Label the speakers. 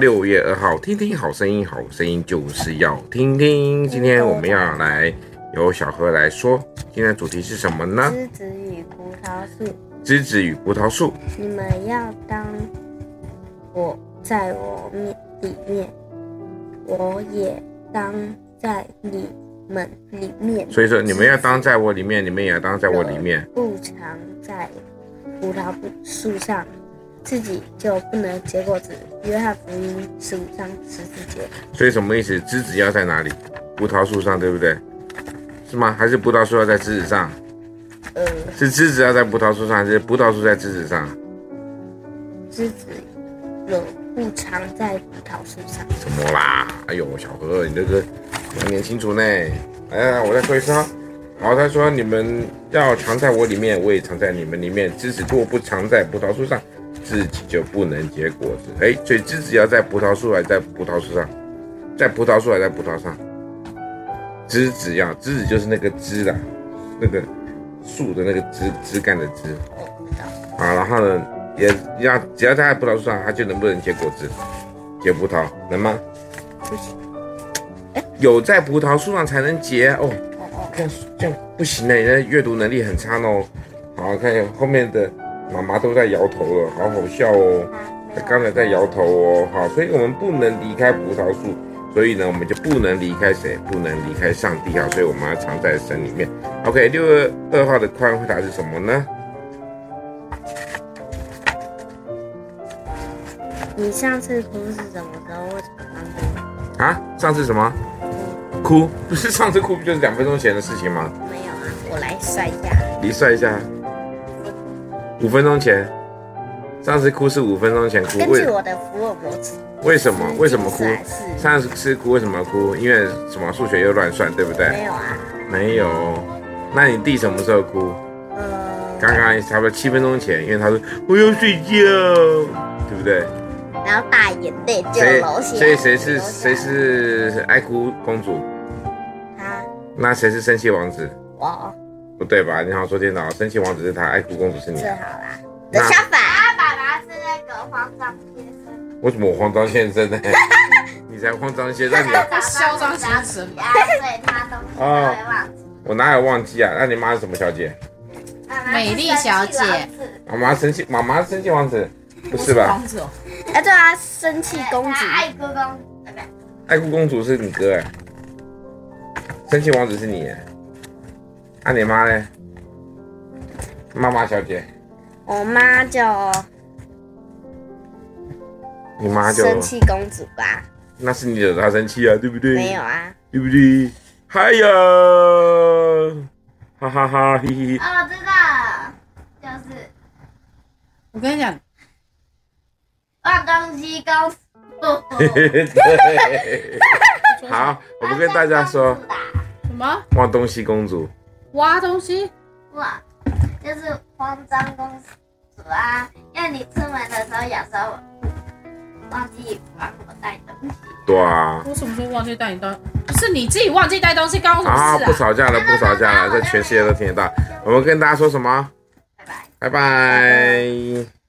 Speaker 1: 六月二号，听听好声音，好声音就是要听听。今天我们要来由小何来说，今天的主题是什么呢？
Speaker 2: 栀子与葡萄树，
Speaker 1: 栀子与葡萄树。
Speaker 2: 你们要当我在我面里面，我也当在你们里面。
Speaker 1: 所以说，你们要当在我里面，你们也要当在我里面。
Speaker 2: 不常在葡萄树上，自己就不能结果子。约翰福音十五章十四节。
Speaker 1: 所以什么意思？栀子要在哪里？葡萄树上，对不对？是吗？还是葡萄树要在栀子上？
Speaker 2: 呃，
Speaker 1: 是栀子要在葡萄树上，还是葡萄树在栀子上？
Speaker 2: 栀子有不常在葡萄树上，
Speaker 1: 什么啦？哎呦，小何，你这个讲点清楚呢。来来来，我再说一次啊。好，他说你们要藏在我里面，我也藏在你们里面。栀子若不藏在葡萄树上，自己就不能结果子。哎，所以栀子要在葡萄树还是在葡萄树上，在葡萄树还是在葡萄上？栀子要，栀子就是那个枝啦，那个树的那个枝枝干的枝
Speaker 2: 哦我不知道。
Speaker 1: 啊。然后呢，也要只要它在葡萄树上，它就能不能结果子，结葡萄能吗？
Speaker 2: 不行，
Speaker 1: 有在葡萄树上才能结哦。
Speaker 2: 哦哦，
Speaker 1: 这样这样不行啊的，你的阅读能力很差哦。好，看一下后面的妈妈都在摇头了，好好笑哦。她刚才在摇头哦，好，所以我们不能离开葡萄树，所以呢，我们就不能离开谁，不能离开上帝啊，所以我们要藏在神里面。OK，六月二号的快问回答是什么呢？
Speaker 2: 你上次哭是什么时候？为什么刚
Speaker 1: 啊，上次什么？
Speaker 2: 哭？
Speaker 1: 哭？不是上次哭，不就是两分钟前的事情吗？
Speaker 2: 没有啊，我来算一下。
Speaker 1: 你算一下，五分钟前，上次哭是五分钟前哭，
Speaker 2: 啊根
Speaker 1: 为
Speaker 2: 据我的福尔摩斯，
Speaker 1: 为什么？为什么哭？
Speaker 2: 是
Speaker 1: 上次哭为什么哭？因为什么数学又乱算，对不对？
Speaker 2: 没有啊，
Speaker 1: 没有。那你弟什么时候哭？
Speaker 3: 嗯
Speaker 2: 呃，
Speaker 1: 刚刚差不多七分钟前，因为他说我要睡觉，对不对？
Speaker 2: 然后大眼泪就
Speaker 1: 谁
Speaker 2: 流下来。
Speaker 1: 所以谁是
Speaker 2: 流下来
Speaker 1: 谁？是爱哭公主？
Speaker 2: 他，
Speaker 1: 那谁是生气王子？
Speaker 2: 啊我哦
Speaker 1: 不对吧？你好像说颠倒，生气王子是他，爱哭公主是你
Speaker 2: 最。好啦。
Speaker 1: 那
Speaker 2: 的相反，
Speaker 3: 他爸爸是那个慌张先生，
Speaker 1: 为什么我慌张先生呢？ 你才慌张先生，你
Speaker 3: 他
Speaker 4: 嚣张先生吧
Speaker 3: 啊，所以他都不
Speaker 1: 哦
Speaker 3: 会忘记。
Speaker 1: 我哪有忘记啊？那你妈是什么小姐？
Speaker 3: 妈妈
Speaker 4: 美丽小姐
Speaker 3: 是生气王子
Speaker 1: 妈妈生气，妈妈是生气王子，不是吧？
Speaker 4: 王子哦，
Speaker 2: 哎，对啊，生气公主
Speaker 3: 她，爱公公，呃不
Speaker 1: 爱哭公主是你哥哎，生气王子是你哎，啊你妈呢？妈妈小姐，
Speaker 2: 我妈叫
Speaker 1: 你妈就
Speaker 2: 生气公主吧？
Speaker 1: 那是你惹她生气啊，对不对？
Speaker 2: 没有，啊，
Speaker 1: 对不对？嗨呀，哈哈哈，嘿嘿，
Speaker 3: 哦，知道，就是
Speaker 4: 我跟你讲，
Speaker 3: 忘东西公主。
Speaker 1: 嘿嘿对。 好， 我们跟大家说，
Speaker 4: 什么
Speaker 1: 忘东西公主，
Speaker 4: 挖东西？
Speaker 3: 哇，啊就是慌张公主啊！要你出门的时候，有时候忘记帮我带东西。
Speaker 1: 对啊。
Speaker 4: 我什么时候忘记带你东？不是你自己忘记带东西，关我什
Speaker 1: 啊，
Speaker 4: 么
Speaker 1: 不
Speaker 4: 事啊？
Speaker 1: 吵架了，不吵架了，这全世界都听得到。我们跟大家说什么？
Speaker 3: 拜拜。
Speaker 1: 拜拜。